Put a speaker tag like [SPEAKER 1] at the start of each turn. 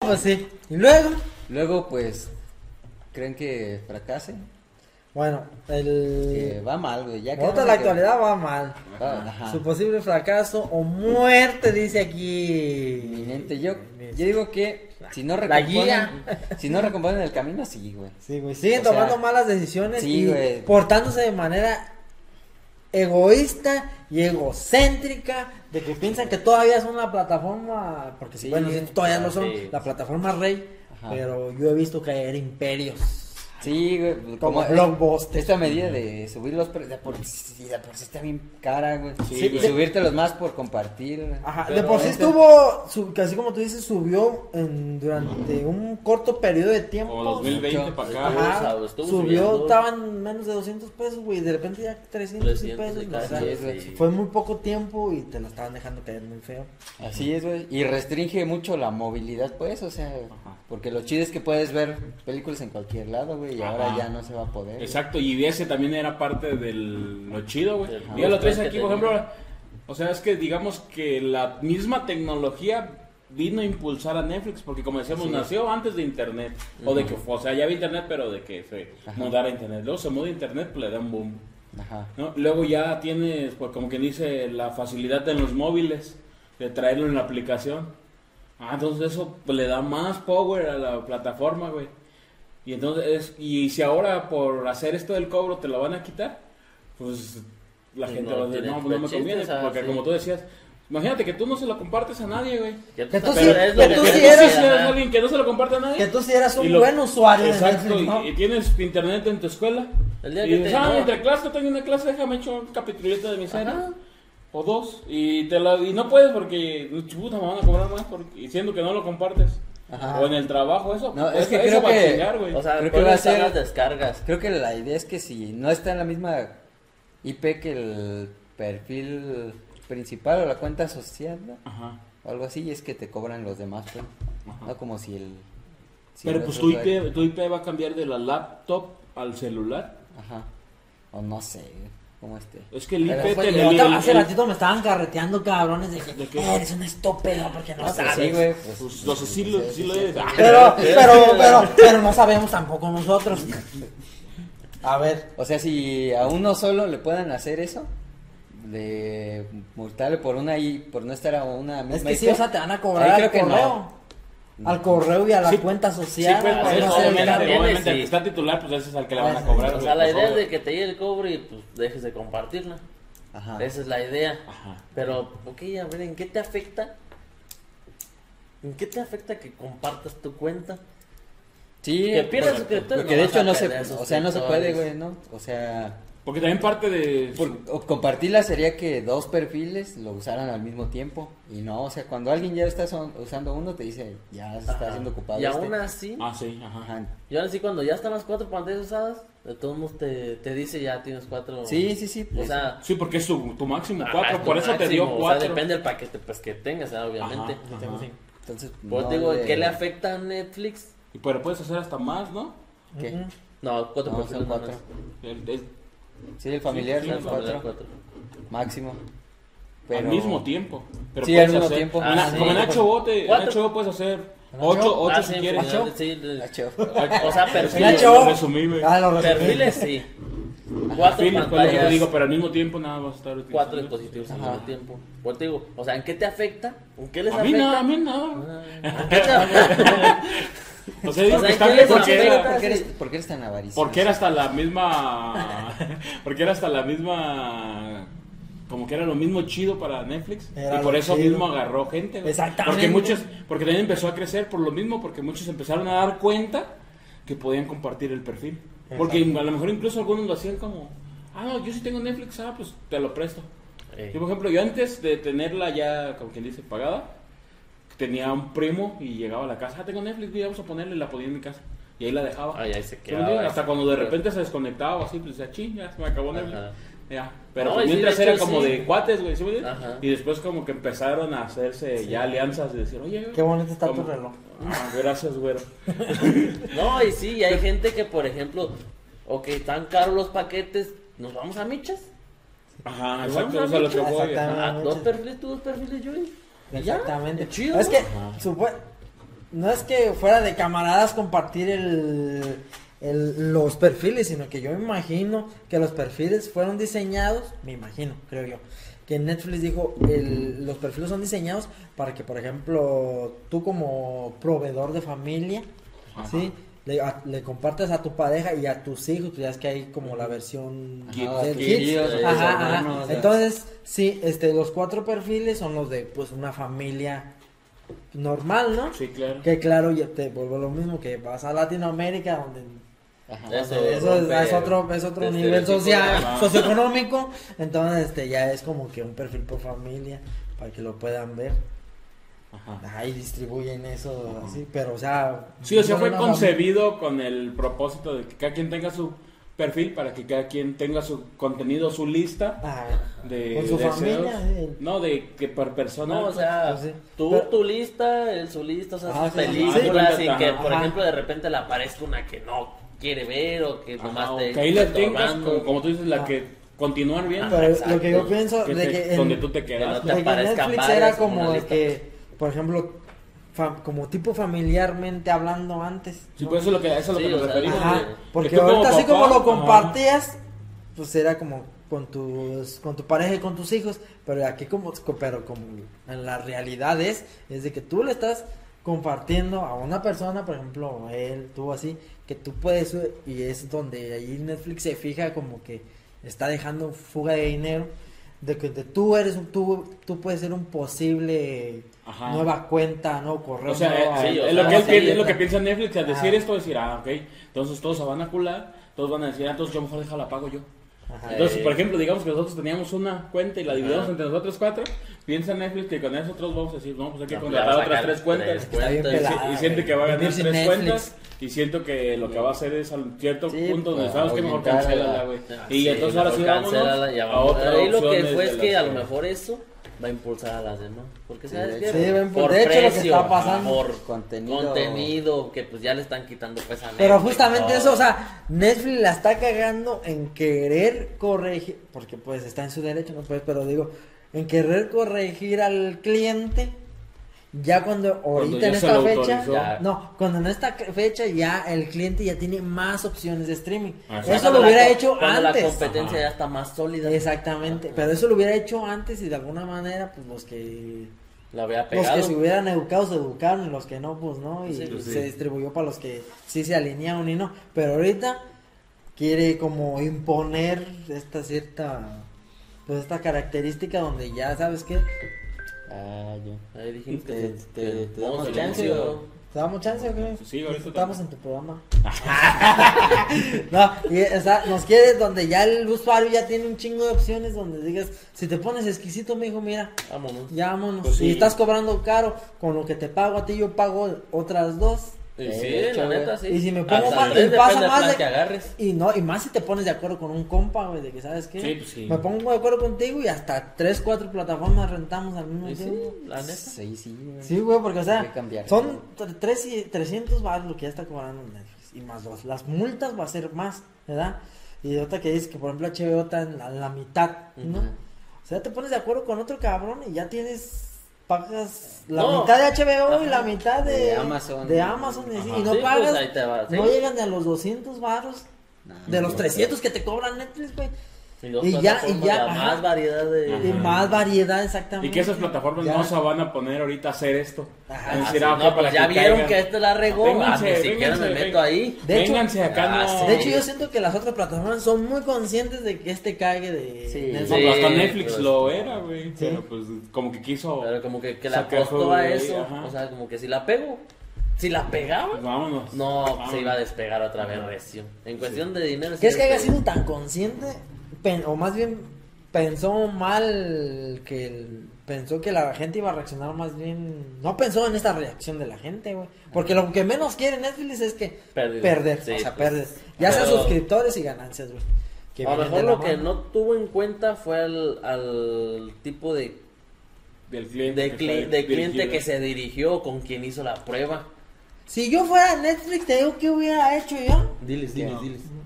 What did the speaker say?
[SPEAKER 1] Pues sí. Y luego,
[SPEAKER 2] Luego, pues, creen que fracase.
[SPEAKER 1] bueno,
[SPEAKER 2] Que
[SPEAKER 1] el.
[SPEAKER 2] va mal, güey. Ya
[SPEAKER 1] Otra
[SPEAKER 2] quedaron
[SPEAKER 1] la
[SPEAKER 2] de que-
[SPEAKER 1] actualidad va mal.
[SPEAKER 2] Va- Ah, ajá.
[SPEAKER 1] Su posible fracaso o muerte, dice aquí.
[SPEAKER 2] Inminente. Yo, yo digo que si no
[SPEAKER 1] La
[SPEAKER 2] recomponen, si no recomponen el camino, sí, güey.
[SPEAKER 1] Sí, güey. Siguen
[SPEAKER 2] O sea,
[SPEAKER 1] tomando malas decisiones
[SPEAKER 2] sí,
[SPEAKER 1] y
[SPEAKER 2] güey.
[SPEAKER 1] portándose de manera egoísta y egocéntrica de que piensan que todavía son la plataforma porque
[SPEAKER 2] Sí,
[SPEAKER 1] bueno sí,
[SPEAKER 2] güey.
[SPEAKER 1] todavía
[SPEAKER 3] Ah,
[SPEAKER 1] no son
[SPEAKER 3] sí.
[SPEAKER 1] la plataforma rey
[SPEAKER 2] Ajá.
[SPEAKER 1] pero yo he visto caer imperios
[SPEAKER 2] Sí, güey. pues,
[SPEAKER 1] Como
[SPEAKER 2] es-
[SPEAKER 1] Blockbuster.
[SPEAKER 2] Esta medida de subir los precios, de por sí, de por sí está bien cara, güey.
[SPEAKER 3] Sí,
[SPEAKER 2] y
[SPEAKER 3] güey.
[SPEAKER 2] subírtelos más por compartir. güey.
[SPEAKER 1] Ajá,
[SPEAKER 3] Pero
[SPEAKER 1] de por sí
[SPEAKER 2] este-
[SPEAKER 1] estuvo, su- que así como tú dices, subió en- durante un corto periodo de tiempo.
[SPEAKER 3] Como 2020 para acá.
[SPEAKER 1] Ajá,
[SPEAKER 4] Estuvo- estuvo
[SPEAKER 1] subió,
[SPEAKER 4] subiendo.
[SPEAKER 1] estaban menos de 200 pesos, güey, y de repente ya 300 y
[SPEAKER 4] 300
[SPEAKER 1] pesos.
[SPEAKER 4] y
[SPEAKER 1] güey, o sea,
[SPEAKER 4] casi,
[SPEAKER 2] es, güey.
[SPEAKER 1] Fue muy poco tiempo y te lo estaban dejando caer muy feo.
[SPEAKER 2] Así es, güey. Y restringe mucho la movilidad, pues, o sea,
[SPEAKER 3] Ajá.
[SPEAKER 2] porque lo chido es que puedes ver películas en cualquier lado, güey, y ahora
[SPEAKER 3] Ajá.
[SPEAKER 2] ya no se va a poder.
[SPEAKER 3] Exacto, y ese también era parte de lo chido, güey.
[SPEAKER 4] Ajá.
[SPEAKER 3] Y ya lo traes aquí,
[SPEAKER 4] Que
[SPEAKER 3] por
[SPEAKER 4] tenía.
[SPEAKER 3] ejemplo. O sea, es que digamos que la misma tecnología vino a impulsar a Netflix, porque como decíamos, nació antes de Internet. O de que, fue- o sea, ya había Internet, pero de que se mudara a Internet. Luego se muda a Internet, pues le da un boom.
[SPEAKER 2] Ajá.
[SPEAKER 3] ¿no? Luego ya tienes, pues como quien dice, la facilidad en los móviles de traerlo en la aplicación. Ah, entonces eso pues, le da más power a la plataforma, güey. Y entonces, es- y si ahora por hacer esto del cobro te lo van a quitar, pues la
[SPEAKER 4] Y
[SPEAKER 3] gente
[SPEAKER 4] no
[SPEAKER 3] va a decir,
[SPEAKER 4] tiene
[SPEAKER 3] no, pues, no me
[SPEAKER 4] chiste,
[SPEAKER 3] conviene,
[SPEAKER 4] o sea,
[SPEAKER 3] porque
[SPEAKER 4] sí.
[SPEAKER 3] como tú decías, imagínate que tú no se lo compartes a nadie, güey.
[SPEAKER 4] Que tú,
[SPEAKER 1] Que tú
[SPEAKER 4] estás-
[SPEAKER 1] sí-
[SPEAKER 4] pero es
[SPEAKER 1] que
[SPEAKER 4] lo
[SPEAKER 1] tú
[SPEAKER 4] que
[SPEAKER 1] sí
[SPEAKER 4] te
[SPEAKER 1] eres-
[SPEAKER 4] decía,
[SPEAKER 3] Si eres
[SPEAKER 4] ajá.
[SPEAKER 3] alguien que no se lo comparte a nadie.
[SPEAKER 1] Que tú sí eras
[SPEAKER 3] Y
[SPEAKER 1] un
[SPEAKER 3] lo-
[SPEAKER 1] buen usuario. de
[SPEAKER 3] Exacto,
[SPEAKER 1] Netflix,
[SPEAKER 3] y,
[SPEAKER 1] ¿no?
[SPEAKER 3] y tienes internet en tu escuela.
[SPEAKER 4] El día
[SPEAKER 3] y
[SPEAKER 4] que
[SPEAKER 3] dices,
[SPEAKER 4] te-
[SPEAKER 3] ah,
[SPEAKER 4] no.
[SPEAKER 3] entre clase tengo una clase, déjame echar un capitulito de mi serie. O dos. Y, te la, y no puedes porque, puta, me van a cobrar más porque, y siendo que no lo compartes.
[SPEAKER 2] Ajá.
[SPEAKER 1] Ah.
[SPEAKER 3] O en el trabajo, eso.
[SPEAKER 2] No,
[SPEAKER 3] pues,
[SPEAKER 2] es que
[SPEAKER 3] eso
[SPEAKER 2] creo
[SPEAKER 3] va a
[SPEAKER 2] que-
[SPEAKER 3] chingar, güey.
[SPEAKER 4] O sea,
[SPEAKER 2] Creo que
[SPEAKER 4] ¿cuáles
[SPEAKER 2] va a
[SPEAKER 4] están
[SPEAKER 2] ser-
[SPEAKER 4] las descargas?
[SPEAKER 2] Creo que la idea es que si no está en la misma IP que el perfil principal o la cuenta asociada
[SPEAKER 3] Ajá.
[SPEAKER 2] o algo así, es que te cobran los demás, pues.
[SPEAKER 3] Ajá.
[SPEAKER 2] No como si el... si
[SPEAKER 3] Pero
[SPEAKER 2] el
[SPEAKER 3] pues
[SPEAKER 2] otro
[SPEAKER 3] tu
[SPEAKER 2] usuario-
[SPEAKER 3] IP, tu IP va a cambiar de la laptop al celular.
[SPEAKER 2] Ajá. O no sé, güey, como este.
[SPEAKER 3] Es que el IP
[SPEAKER 2] Pero
[SPEAKER 3] te
[SPEAKER 2] fue-
[SPEAKER 3] le-
[SPEAKER 1] Y
[SPEAKER 2] el-
[SPEAKER 1] ahorita-
[SPEAKER 3] el-
[SPEAKER 1] hace
[SPEAKER 3] el-
[SPEAKER 1] ratito me estaban carreteando cabrones de que
[SPEAKER 3] ¿De qué?
[SPEAKER 1] "Eh, eres un estúpido porque no
[SPEAKER 2] Ah, pues
[SPEAKER 1] sabes.
[SPEAKER 2] sí, güey. pues,
[SPEAKER 3] pues, no sé si lo, sí lo es. Ah,
[SPEAKER 1] Pero, pero, pero, pero no sabemos tampoco nosotros. A ver,
[SPEAKER 2] O sea, si a uno solo le pueden hacer eso, de multarle por una y por no estar a una misma
[SPEAKER 1] es que
[SPEAKER 2] IP,
[SPEAKER 1] sí, o sea, te van a
[SPEAKER 2] ahí
[SPEAKER 1] cobrar al
[SPEAKER 2] creo que no.
[SPEAKER 1] correo. Al correo y a la
[SPEAKER 3] Sí,
[SPEAKER 1] cuenta
[SPEAKER 3] Sí,
[SPEAKER 1] social.
[SPEAKER 3] pues,
[SPEAKER 1] Ahí
[SPEAKER 3] pues,
[SPEAKER 1] va a ser el
[SPEAKER 3] obviamente,
[SPEAKER 1] cambio.
[SPEAKER 4] también.
[SPEAKER 3] obviamente,
[SPEAKER 4] sí.
[SPEAKER 3] el que está titular, pues ese es al que le van a
[SPEAKER 1] Ah,
[SPEAKER 3] cobrar.
[SPEAKER 4] O
[SPEAKER 3] güey,
[SPEAKER 4] sea, la
[SPEAKER 3] pues,
[SPEAKER 4] idea es
[SPEAKER 3] obvio.
[SPEAKER 4] de que te llegue el cobre y pues dejes de compartirla.
[SPEAKER 2] Ajá.
[SPEAKER 4] Esa es la idea.
[SPEAKER 3] Ajá.
[SPEAKER 4] Pero, ok, a ver, ¿en qué te afecta? ¿En qué te afecta que compartas tu cuenta?
[SPEAKER 2] Sí,
[SPEAKER 4] Que pierdas
[SPEAKER 2] porque-
[SPEAKER 4] suscriptores,
[SPEAKER 2] Porque
[SPEAKER 4] no
[SPEAKER 2] de
[SPEAKER 4] vas
[SPEAKER 2] hecho
[SPEAKER 4] a
[SPEAKER 2] no se,
[SPEAKER 4] perder
[SPEAKER 2] o sea, no se puede,
[SPEAKER 4] suscriptores.
[SPEAKER 2] güey, ¿no? O sea,
[SPEAKER 3] Porque también parte de.
[SPEAKER 2] por- o compartirla sería que dos perfiles lo usaran al mismo tiempo. Y no, o sea, cuando alguien ya está son- usando uno, te dice, ya se está
[SPEAKER 4] Ajá.
[SPEAKER 2] haciendo ocupado.
[SPEAKER 4] Y
[SPEAKER 2] este.
[SPEAKER 4] aún así,
[SPEAKER 3] Ah, sí, ajá.
[SPEAKER 2] Ajá.
[SPEAKER 4] y aún así cuando ya están las cuatro pantallas usadas, de todos modos te, te dice ya tienes cuatro.
[SPEAKER 2] Sí, sí, sí.
[SPEAKER 4] O
[SPEAKER 2] pues,
[SPEAKER 4] sea,
[SPEAKER 3] Sí, porque es su- tu máximo cuatro,
[SPEAKER 4] ajá, Ah, tu
[SPEAKER 3] por eso te
[SPEAKER 4] máximo,
[SPEAKER 3] dio
[SPEAKER 4] O sea,
[SPEAKER 3] cuatro.
[SPEAKER 4] depende del paquete pues, que tengas, ¿verdad? obviamente.
[SPEAKER 3] Ajá, ajá.
[SPEAKER 2] entonces,
[SPEAKER 4] Pues
[SPEAKER 2] no
[SPEAKER 4] te digo,
[SPEAKER 2] le-
[SPEAKER 4] ¿qué le afecta a Netflix?
[SPEAKER 3] Y pero puedes hacer hasta más, ¿no?
[SPEAKER 2] ¿Qué?
[SPEAKER 4] No, cuatro
[SPEAKER 2] No,
[SPEAKER 4] por
[SPEAKER 2] son cuatro.
[SPEAKER 3] El- el-
[SPEAKER 2] Sí, el familiar
[SPEAKER 3] Sí, sí,
[SPEAKER 2] son
[SPEAKER 3] el
[SPEAKER 2] cuatro,
[SPEAKER 4] Cuatro. cuatro.
[SPEAKER 2] máximo. Pero...
[SPEAKER 3] Al mismo tiempo. Pero
[SPEAKER 2] Sí,
[SPEAKER 3] puedes
[SPEAKER 2] al mismo
[SPEAKER 3] hacer-
[SPEAKER 2] tiempo.
[SPEAKER 3] Ah,
[SPEAKER 4] sí. pues,
[SPEAKER 3] Como en HBO, te, en
[SPEAKER 4] Cuatro.
[SPEAKER 3] HBO puedes hacer ocho, ocho
[SPEAKER 4] Ah,
[SPEAKER 3] si
[SPEAKER 4] sí,
[SPEAKER 3] quieres.
[SPEAKER 4] sí, sí, de-
[SPEAKER 2] Nacho.
[SPEAKER 4] O sea,
[SPEAKER 3] Sí,
[SPEAKER 4] perfiles.
[SPEAKER 1] Nacho.
[SPEAKER 3] lo resumí, güey.
[SPEAKER 1] Ah, lo resolví.
[SPEAKER 4] Perfiles sí. Cuatro
[SPEAKER 3] Fin, es pues, lo que te
[SPEAKER 4] pantallas,
[SPEAKER 3] digo, pero al mismo tiempo nada vas a estar utilizando.
[SPEAKER 4] cuatro dispositivos al
[SPEAKER 2] Ajá.
[SPEAKER 4] mismo tiempo. Por eso te digo, o sea, ¿en qué te afecta? ¿En qué les
[SPEAKER 3] A mí
[SPEAKER 4] afecta? Ah,
[SPEAKER 3] nada, a mí nada.
[SPEAKER 4] ¿En qué te afecta?
[SPEAKER 3] O sea, digo
[SPEAKER 4] O sea,
[SPEAKER 3] que está
[SPEAKER 4] ¿qué
[SPEAKER 3] bien
[SPEAKER 4] les
[SPEAKER 3] porque
[SPEAKER 4] afecta?
[SPEAKER 3] era-
[SPEAKER 2] ¿Por qué eres, por qué eres tan avaricioso?
[SPEAKER 3] Porque era hasta la misma. Porque era hasta la misma. Como que era lo mismo chido para Netflix.
[SPEAKER 1] Era
[SPEAKER 3] y por
[SPEAKER 1] lo
[SPEAKER 3] eso
[SPEAKER 1] chido.
[SPEAKER 3] mismo agarró gente. güey.
[SPEAKER 1] Exactamente.
[SPEAKER 3] Porque muchos. Porque también empezó a crecer por lo mismo. Porque muchos empezaron a dar cuenta que podían compartir el perfil. Porque a lo mejor incluso algunos lo hacían como. Ah, no, yo sí tengo Netflix. Ah, pues te lo presto.
[SPEAKER 4] Ey.
[SPEAKER 3] Yo, por ejemplo, yo antes de tenerla ya, como quien dice, pagada, tenía un primo y llegaba a la casa. Ah, tengo Netflix, güey, vamos a ponerle. La ponía en mi casa. Y ahí la dejaba.
[SPEAKER 4] Ay, ahí se
[SPEAKER 3] Sí, un día,
[SPEAKER 4] quedaba.
[SPEAKER 3] hasta cuando de repente se desconectaba o así, pues decía, ching, ya se me acabó Netflix".
[SPEAKER 4] Ajá.
[SPEAKER 3] Ya. Pero
[SPEAKER 4] No,
[SPEAKER 3] pues,
[SPEAKER 4] y sí,
[SPEAKER 3] mientras
[SPEAKER 4] de hecho,
[SPEAKER 3] era como
[SPEAKER 4] sí.
[SPEAKER 3] de cuates, güey, ¿sí me entiendes?
[SPEAKER 4] Ajá.
[SPEAKER 3] Y después como que empezaron a hacerse ya alianzas de decir, oye, güey,
[SPEAKER 1] Qué bonito está tu
[SPEAKER 3] como-
[SPEAKER 1] reloj.
[SPEAKER 3] Ah, gracias, güero.
[SPEAKER 4] No, y sí, y hay gente que, por ejemplo, ok, están caros los paquetes, ¿nos vamos a michas?
[SPEAKER 3] Ajá,
[SPEAKER 4] Nos
[SPEAKER 3] exacto,
[SPEAKER 4] vamos
[SPEAKER 3] eso
[SPEAKER 4] a
[SPEAKER 3] es lo que
[SPEAKER 4] michas.
[SPEAKER 3] voy.
[SPEAKER 1] Exactamente.
[SPEAKER 3] ajá.
[SPEAKER 4] Ah,
[SPEAKER 1] michas.
[SPEAKER 4] dos perfiles, tú dos perfiles, yo. y- y ya.
[SPEAKER 1] Exactamente.
[SPEAKER 4] Qué chido,
[SPEAKER 1] es
[SPEAKER 4] ¿no?
[SPEAKER 1] que, supue- no es que fuera de camaradas compartir el, el- los perfiles, sino que yo me imagino que los perfiles fueron diseñados, me imagino, creo yo, que Netflix dijo, el- los perfiles son diseñados para que, por ejemplo, tú como proveedor de familia,
[SPEAKER 3] Ajá.
[SPEAKER 1] ¿sí? Le, a- le compartes a tu pareja y a tus hijos, que ya es que hay como la versión
[SPEAKER 2] Ajá,
[SPEAKER 1] de
[SPEAKER 2] kids,
[SPEAKER 1] kids.
[SPEAKER 2] eh,
[SPEAKER 1] Ajá,
[SPEAKER 2] hermanos,
[SPEAKER 1] ajá.
[SPEAKER 2] o sea.
[SPEAKER 1] Entonces, sí, este, los cuatro perfiles son los de pues una familia normal, ¿no?
[SPEAKER 3] Sí, claro.
[SPEAKER 1] Que claro, ya te vuelvo lo mismo que vas a Latinoamérica, donde
[SPEAKER 2] Ajá.
[SPEAKER 4] Eso
[SPEAKER 1] donde eso es,
[SPEAKER 4] rompe
[SPEAKER 1] es otro, es otro
[SPEAKER 4] el
[SPEAKER 2] este
[SPEAKER 1] nivel
[SPEAKER 4] estereotipo
[SPEAKER 1] social,
[SPEAKER 3] de la-
[SPEAKER 1] socioeconómico. Entonces, este ya es como que un perfil por familia para que lo puedan ver.
[SPEAKER 3] Ajá.
[SPEAKER 1] Ahí distribuyen eso así, pero o sea.
[SPEAKER 3] Sí, o sea,
[SPEAKER 1] no
[SPEAKER 3] fue
[SPEAKER 1] una
[SPEAKER 3] concebido con el propósito de que cada quien tenga su perfil para que cada quien tenga su contenido, su lista
[SPEAKER 1] fam- Ah,
[SPEAKER 3] de
[SPEAKER 1] Con su
[SPEAKER 3] deseos.
[SPEAKER 1] familia, eh. sí.
[SPEAKER 3] No, de que por persona.
[SPEAKER 4] No, o sea,
[SPEAKER 1] Pues sí.
[SPEAKER 4] tú,
[SPEAKER 1] Pero-
[SPEAKER 4] tu lista, el su lista, o sea,
[SPEAKER 1] Ah,
[SPEAKER 4] sus
[SPEAKER 1] sí, sí.
[SPEAKER 4] películas
[SPEAKER 3] Sí.
[SPEAKER 4] y que, por
[SPEAKER 1] Ajá.
[SPEAKER 4] ejemplo, de repente le aparezca una que no quiere ver o que
[SPEAKER 3] Ajá,
[SPEAKER 4] nomás
[SPEAKER 3] o
[SPEAKER 4] te
[SPEAKER 3] que ahí la
[SPEAKER 4] está
[SPEAKER 3] tengas,
[SPEAKER 4] estorbando.
[SPEAKER 3] como, como tú dices, la que continúan viendo.
[SPEAKER 1] Pero lo
[SPEAKER 4] exacto.
[SPEAKER 1] que yo pienso
[SPEAKER 3] que
[SPEAKER 1] de
[SPEAKER 3] te-
[SPEAKER 1] que. en-
[SPEAKER 3] donde tú te
[SPEAKER 4] no
[SPEAKER 3] quedas.
[SPEAKER 4] te
[SPEAKER 1] de que
[SPEAKER 4] aparezcan
[SPEAKER 1] Netflix
[SPEAKER 4] varias
[SPEAKER 1] era
[SPEAKER 4] en una
[SPEAKER 1] como de
[SPEAKER 4] lista.
[SPEAKER 1] que, por ejemplo, fam- como tipo familiarmente hablando antes.
[SPEAKER 3] Sí,
[SPEAKER 1] ¿no?
[SPEAKER 3] pues eso es lo que, eso es lo
[SPEAKER 4] Sí,
[SPEAKER 3] que
[SPEAKER 4] o
[SPEAKER 3] nos
[SPEAKER 4] sea,
[SPEAKER 3] referimos.
[SPEAKER 1] Ajá,
[SPEAKER 3] de- que
[SPEAKER 1] porque
[SPEAKER 3] tú
[SPEAKER 1] ahorita así como
[SPEAKER 3] papá,
[SPEAKER 1] lo
[SPEAKER 3] ajá,
[SPEAKER 1] compartías, pues era como con tus con tu pareja y con tus hijos, pero aquí como pero como en la realidad es es de que tú le estás compartiendo a una persona, por ejemplo, él, tú así, que tú puedes y es donde ahí Netflix se fija como que está dejando fuga de dinero de que de tú eres un tú tú puedes ser un posible
[SPEAKER 3] Ajá.
[SPEAKER 1] nueva cuenta, no correo.
[SPEAKER 3] O sea,
[SPEAKER 1] nueva-
[SPEAKER 3] eh,
[SPEAKER 4] sí, o
[SPEAKER 3] es,
[SPEAKER 4] sea,
[SPEAKER 3] lo que él
[SPEAKER 4] sí,
[SPEAKER 3] piensa, es lo
[SPEAKER 1] tarjeta.
[SPEAKER 3] que piensa Netflix, al decir
[SPEAKER 1] Ah.
[SPEAKER 3] esto, decir, ah, ok, entonces todos se van a cular, todos van a decir, ah, entonces yo mejor déjala, pago yo.
[SPEAKER 1] Ajá.
[SPEAKER 3] Entonces,
[SPEAKER 4] Eh.
[SPEAKER 3] por ejemplo, digamos que nosotros teníamos una cuenta y la dividimos
[SPEAKER 4] Ajá.
[SPEAKER 3] entre nosotros cuatro, piensa Netflix que con eso nosotros vamos a decir, no, pues hay que
[SPEAKER 4] No, pues ya va a
[SPEAKER 3] contratar otras
[SPEAKER 4] sacar
[SPEAKER 3] tres cuentas.
[SPEAKER 4] tres
[SPEAKER 1] Está bien
[SPEAKER 4] cuentas.
[SPEAKER 1] pelada.
[SPEAKER 3] Y, y siente que va a ganar
[SPEAKER 1] Vivir
[SPEAKER 3] tres
[SPEAKER 1] sin
[SPEAKER 3] cuentas y siento que lo que va a hacer es a un cierto
[SPEAKER 1] Sí,
[SPEAKER 3] punto donde
[SPEAKER 2] pues,
[SPEAKER 3] sabes que mejor
[SPEAKER 2] aumentar
[SPEAKER 3] cancélala,
[SPEAKER 2] la-
[SPEAKER 3] güey.
[SPEAKER 4] Ah,
[SPEAKER 3] Y
[SPEAKER 4] sí,
[SPEAKER 3] entonces ahora sí
[SPEAKER 4] mejor
[SPEAKER 3] vámonos
[SPEAKER 4] cancélala, ya
[SPEAKER 3] a
[SPEAKER 4] vamos.
[SPEAKER 3] otra
[SPEAKER 4] Ahí lo que
[SPEAKER 3] opción
[SPEAKER 4] fue es
[SPEAKER 3] de
[SPEAKER 4] que a
[SPEAKER 3] las-
[SPEAKER 4] lo mejor eso va a impulsar a las demás. Porque
[SPEAKER 2] Sí,
[SPEAKER 4] sabes
[SPEAKER 2] de
[SPEAKER 4] qué?
[SPEAKER 2] hecho. Sí, va
[SPEAKER 1] a impul- de hecho, lo que está pasando.
[SPEAKER 4] por
[SPEAKER 2] Contenido.
[SPEAKER 4] contenido. contenido que pues ya le están quitando pues a
[SPEAKER 1] Pero
[SPEAKER 4] Netflix,
[SPEAKER 1] justamente
[SPEAKER 4] ¿no?
[SPEAKER 1] eso, o sea, Netflix la está cagando en querer corregir, porque pues está en su derecho, no pues, pero digo, en querer corregir al cliente, ya cuando ahorita
[SPEAKER 3] Cuando ya
[SPEAKER 1] en
[SPEAKER 3] se
[SPEAKER 1] esta
[SPEAKER 3] lo
[SPEAKER 1] fecha,
[SPEAKER 3] autorizó.
[SPEAKER 4] Ya.
[SPEAKER 1] no, cuando en esta c- fecha ya el cliente ya tiene más opciones de streaming.
[SPEAKER 3] Ajá.
[SPEAKER 1] Eso
[SPEAKER 4] Ya Ah, cuando
[SPEAKER 1] lo
[SPEAKER 4] la
[SPEAKER 1] hubiera
[SPEAKER 4] co-
[SPEAKER 1] hecho
[SPEAKER 4] cuando
[SPEAKER 1] antes.
[SPEAKER 4] La competencia
[SPEAKER 3] Ajá.
[SPEAKER 4] ya está más sólida.
[SPEAKER 1] Exactamente, pero eso lo hubiera hecho antes y de alguna manera, pues los que
[SPEAKER 4] La había
[SPEAKER 1] los
[SPEAKER 4] pegado.
[SPEAKER 1] que se hubieran educado se educaron y los que no, pues no. Y
[SPEAKER 4] Sí, pues,
[SPEAKER 1] se
[SPEAKER 3] sí.
[SPEAKER 1] distribuyó para los que sí se alinearon y no. Pero ahorita quiere como imponer esta cierta, pues esta característica donde ya sabes que
[SPEAKER 2] Ah, ya.
[SPEAKER 4] Ahí dijimos que
[SPEAKER 2] Te-
[SPEAKER 4] se-
[SPEAKER 2] te-
[SPEAKER 4] que
[SPEAKER 2] te
[SPEAKER 4] vamos
[SPEAKER 2] damos
[SPEAKER 4] al
[SPEAKER 2] chance,
[SPEAKER 4] inicio.
[SPEAKER 2] ¿no?
[SPEAKER 1] te damos chance o qué?
[SPEAKER 3] Pues Sí, ahorita
[SPEAKER 1] Estamos en tu programa. no, y, o sea, nos quiere donde ya el usuario ya tiene un chingo de opciones donde digas, si te pones exquisito, mijo, mira,
[SPEAKER 4] Vámonos.
[SPEAKER 1] ya vámonos.
[SPEAKER 3] Pues sí.
[SPEAKER 1] Y estás cobrando caro, con lo que te pago a ti yo pago otras dos.
[SPEAKER 2] Sí,
[SPEAKER 4] Y sí,
[SPEAKER 2] de hecho,
[SPEAKER 4] la
[SPEAKER 2] güey.
[SPEAKER 4] neta, sí.
[SPEAKER 1] Y si me pongo
[SPEAKER 4] Hasta
[SPEAKER 1] más,
[SPEAKER 4] tres
[SPEAKER 1] y pasa
[SPEAKER 4] depende del
[SPEAKER 1] más
[SPEAKER 4] plan
[SPEAKER 1] de-
[SPEAKER 4] que agarres.
[SPEAKER 1] Y no, y más si te pones de acuerdo con un compa, güey, de que sabes qué.
[SPEAKER 3] Sí, pues sí.
[SPEAKER 1] Me pongo de acuerdo contigo y hasta tres, cuatro plataformas rentamos al mismo
[SPEAKER 4] Y
[SPEAKER 1] tiempo.
[SPEAKER 4] sí, la neta.
[SPEAKER 2] Sí, sí. güey.
[SPEAKER 1] Sí, güey, porque o
[SPEAKER 2] Hay
[SPEAKER 1] sea,
[SPEAKER 2] que cambiar.
[SPEAKER 1] son tre- tres y 300 baros lo que ya está cobrando Netflix y más dos. Las multas va a ser más, ¿verdad? Y otra que dice que, por ejemplo, HBO está en la, la mitad, ¿no?
[SPEAKER 2] Ujú.
[SPEAKER 1] O sea, te pones de acuerdo con otro cabrón y ya tienes. Pagas la
[SPEAKER 4] No.
[SPEAKER 1] mitad de HBO y
[SPEAKER 4] Ajá.
[SPEAKER 1] la mitad de,
[SPEAKER 2] De Amazon.
[SPEAKER 1] de Amazon, y, así,
[SPEAKER 3] Ajá.
[SPEAKER 1] y no
[SPEAKER 4] Sí, pues,
[SPEAKER 1] pagas.
[SPEAKER 4] ahí te va, sí.
[SPEAKER 1] No llegan ni a los 200 baros.
[SPEAKER 2] Nah,
[SPEAKER 1] De los
[SPEAKER 2] yo-
[SPEAKER 1] 300 que te cobran Netflix, güey.
[SPEAKER 4] Y, dos pues
[SPEAKER 1] Y ya- y
[SPEAKER 4] plataformas,
[SPEAKER 1] ya, ajá.
[SPEAKER 4] más variedad de.
[SPEAKER 1] Y
[SPEAKER 3] Ajá.
[SPEAKER 1] más variedad, exactamente.
[SPEAKER 3] Y que esas plataformas
[SPEAKER 1] Ya.
[SPEAKER 3] no se van a poner ahorita a hacer esto.
[SPEAKER 1] Ajá,
[SPEAKER 3] A
[SPEAKER 4] Ah,
[SPEAKER 3] decir,
[SPEAKER 4] sí,
[SPEAKER 3] ah,
[SPEAKER 4] no,
[SPEAKER 3] fue
[SPEAKER 4] pues
[SPEAKER 3] para
[SPEAKER 4] ya vieron
[SPEAKER 3] caigan.
[SPEAKER 4] que este la regó.
[SPEAKER 3] Vénganse,
[SPEAKER 4] Ah, ni siquiera
[SPEAKER 3] vénganse,
[SPEAKER 4] me
[SPEAKER 3] ven-
[SPEAKER 4] meto ahí.
[SPEAKER 1] De hecho-
[SPEAKER 3] Vénganse acá,
[SPEAKER 4] Ah,
[SPEAKER 3] no.
[SPEAKER 4] sí.
[SPEAKER 1] De hecho, yo siento que las otras plataformas son muy conscientes de que este cague de
[SPEAKER 2] Sí.
[SPEAKER 3] No,
[SPEAKER 1] Netflix.
[SPEAKER 3] pues hasta
[SPEAKER 4] Sí,
[SPEAKER 3] Netflix
[SPEAKER 4] pues,
[SPEAKER 3] lo era, güey.
[SPEAKER 1] sí.
[SPEAKER 3] Pero pues como que quiso.
[SPEAKER 4] Pero como que, que la
[SPEAKER 3] Sacar
[SPEAKER 4] apostó a
[SPEAKER 3] jugo de ahí,
[SPEAKER 4] eso.
[SPEAKER 3] ajá.
[SPEAKER 4] O sea, como que si la pego. Si la pegaba.
[SPEAKER 3] pues, vámonos.
[SPEAKER 4] No,
[SPEAKER 3] Vámonos.
[SPEAKER 4] se iba a despegar otra vez recio. En cuestión de dinero. sí
[SPEAKER 1] ¿Crees que haya
[SPEAKER 4] despegó.
[SPEAKER 1] sido tan consciente? Pen- o más bien pensó mal que el- pensó que la gente iba a reaccionar más bien. No pensó en esta reacción de la gente, güey. Porque lo que menos quiere Netflix es que
[SPEAKER 4] Perder.
[SPEAKER 1] perder.
[SPEAKER 4] Sí,
[SPEAKER 1] o sea,
[SPEAKER 4] pues.
[SPEAKER 1] perder. Ya sea
[SPEAKER 4] Pero-
[SPEAKER 1] suscriptores y ganancias, güey. que
[SPEAKER 4] A lo
[SPEAKER 1] vienen de
[SPEAKER 4] mejor
[SPEAKER 1] la
[SPEAKER 4] lo que
[SPEAKER 1] mano.
[SPEAKER 4] no tuvo en cuenta fue al, al tipo de,
[SPEAKER 3] Del cliente.
[SPEAKER 4] de,
[SPEAKER 3] que
[SPEAKER 4] cli-
[SPEAKER 3] está
[SPEAKER 4] de cliente
[SPEAKER 3] dirigido.
[SPEAKER 4] que se dirigió, con quien hizo la prueba.
[SPEAKER 1] Si yo fuera Netflix, te digo, ¿qué hubiera hecho yo?
[SPEAKER 4] Diles, diles,
[SPEAKER 3] No.
[SPEAKER 4] diles.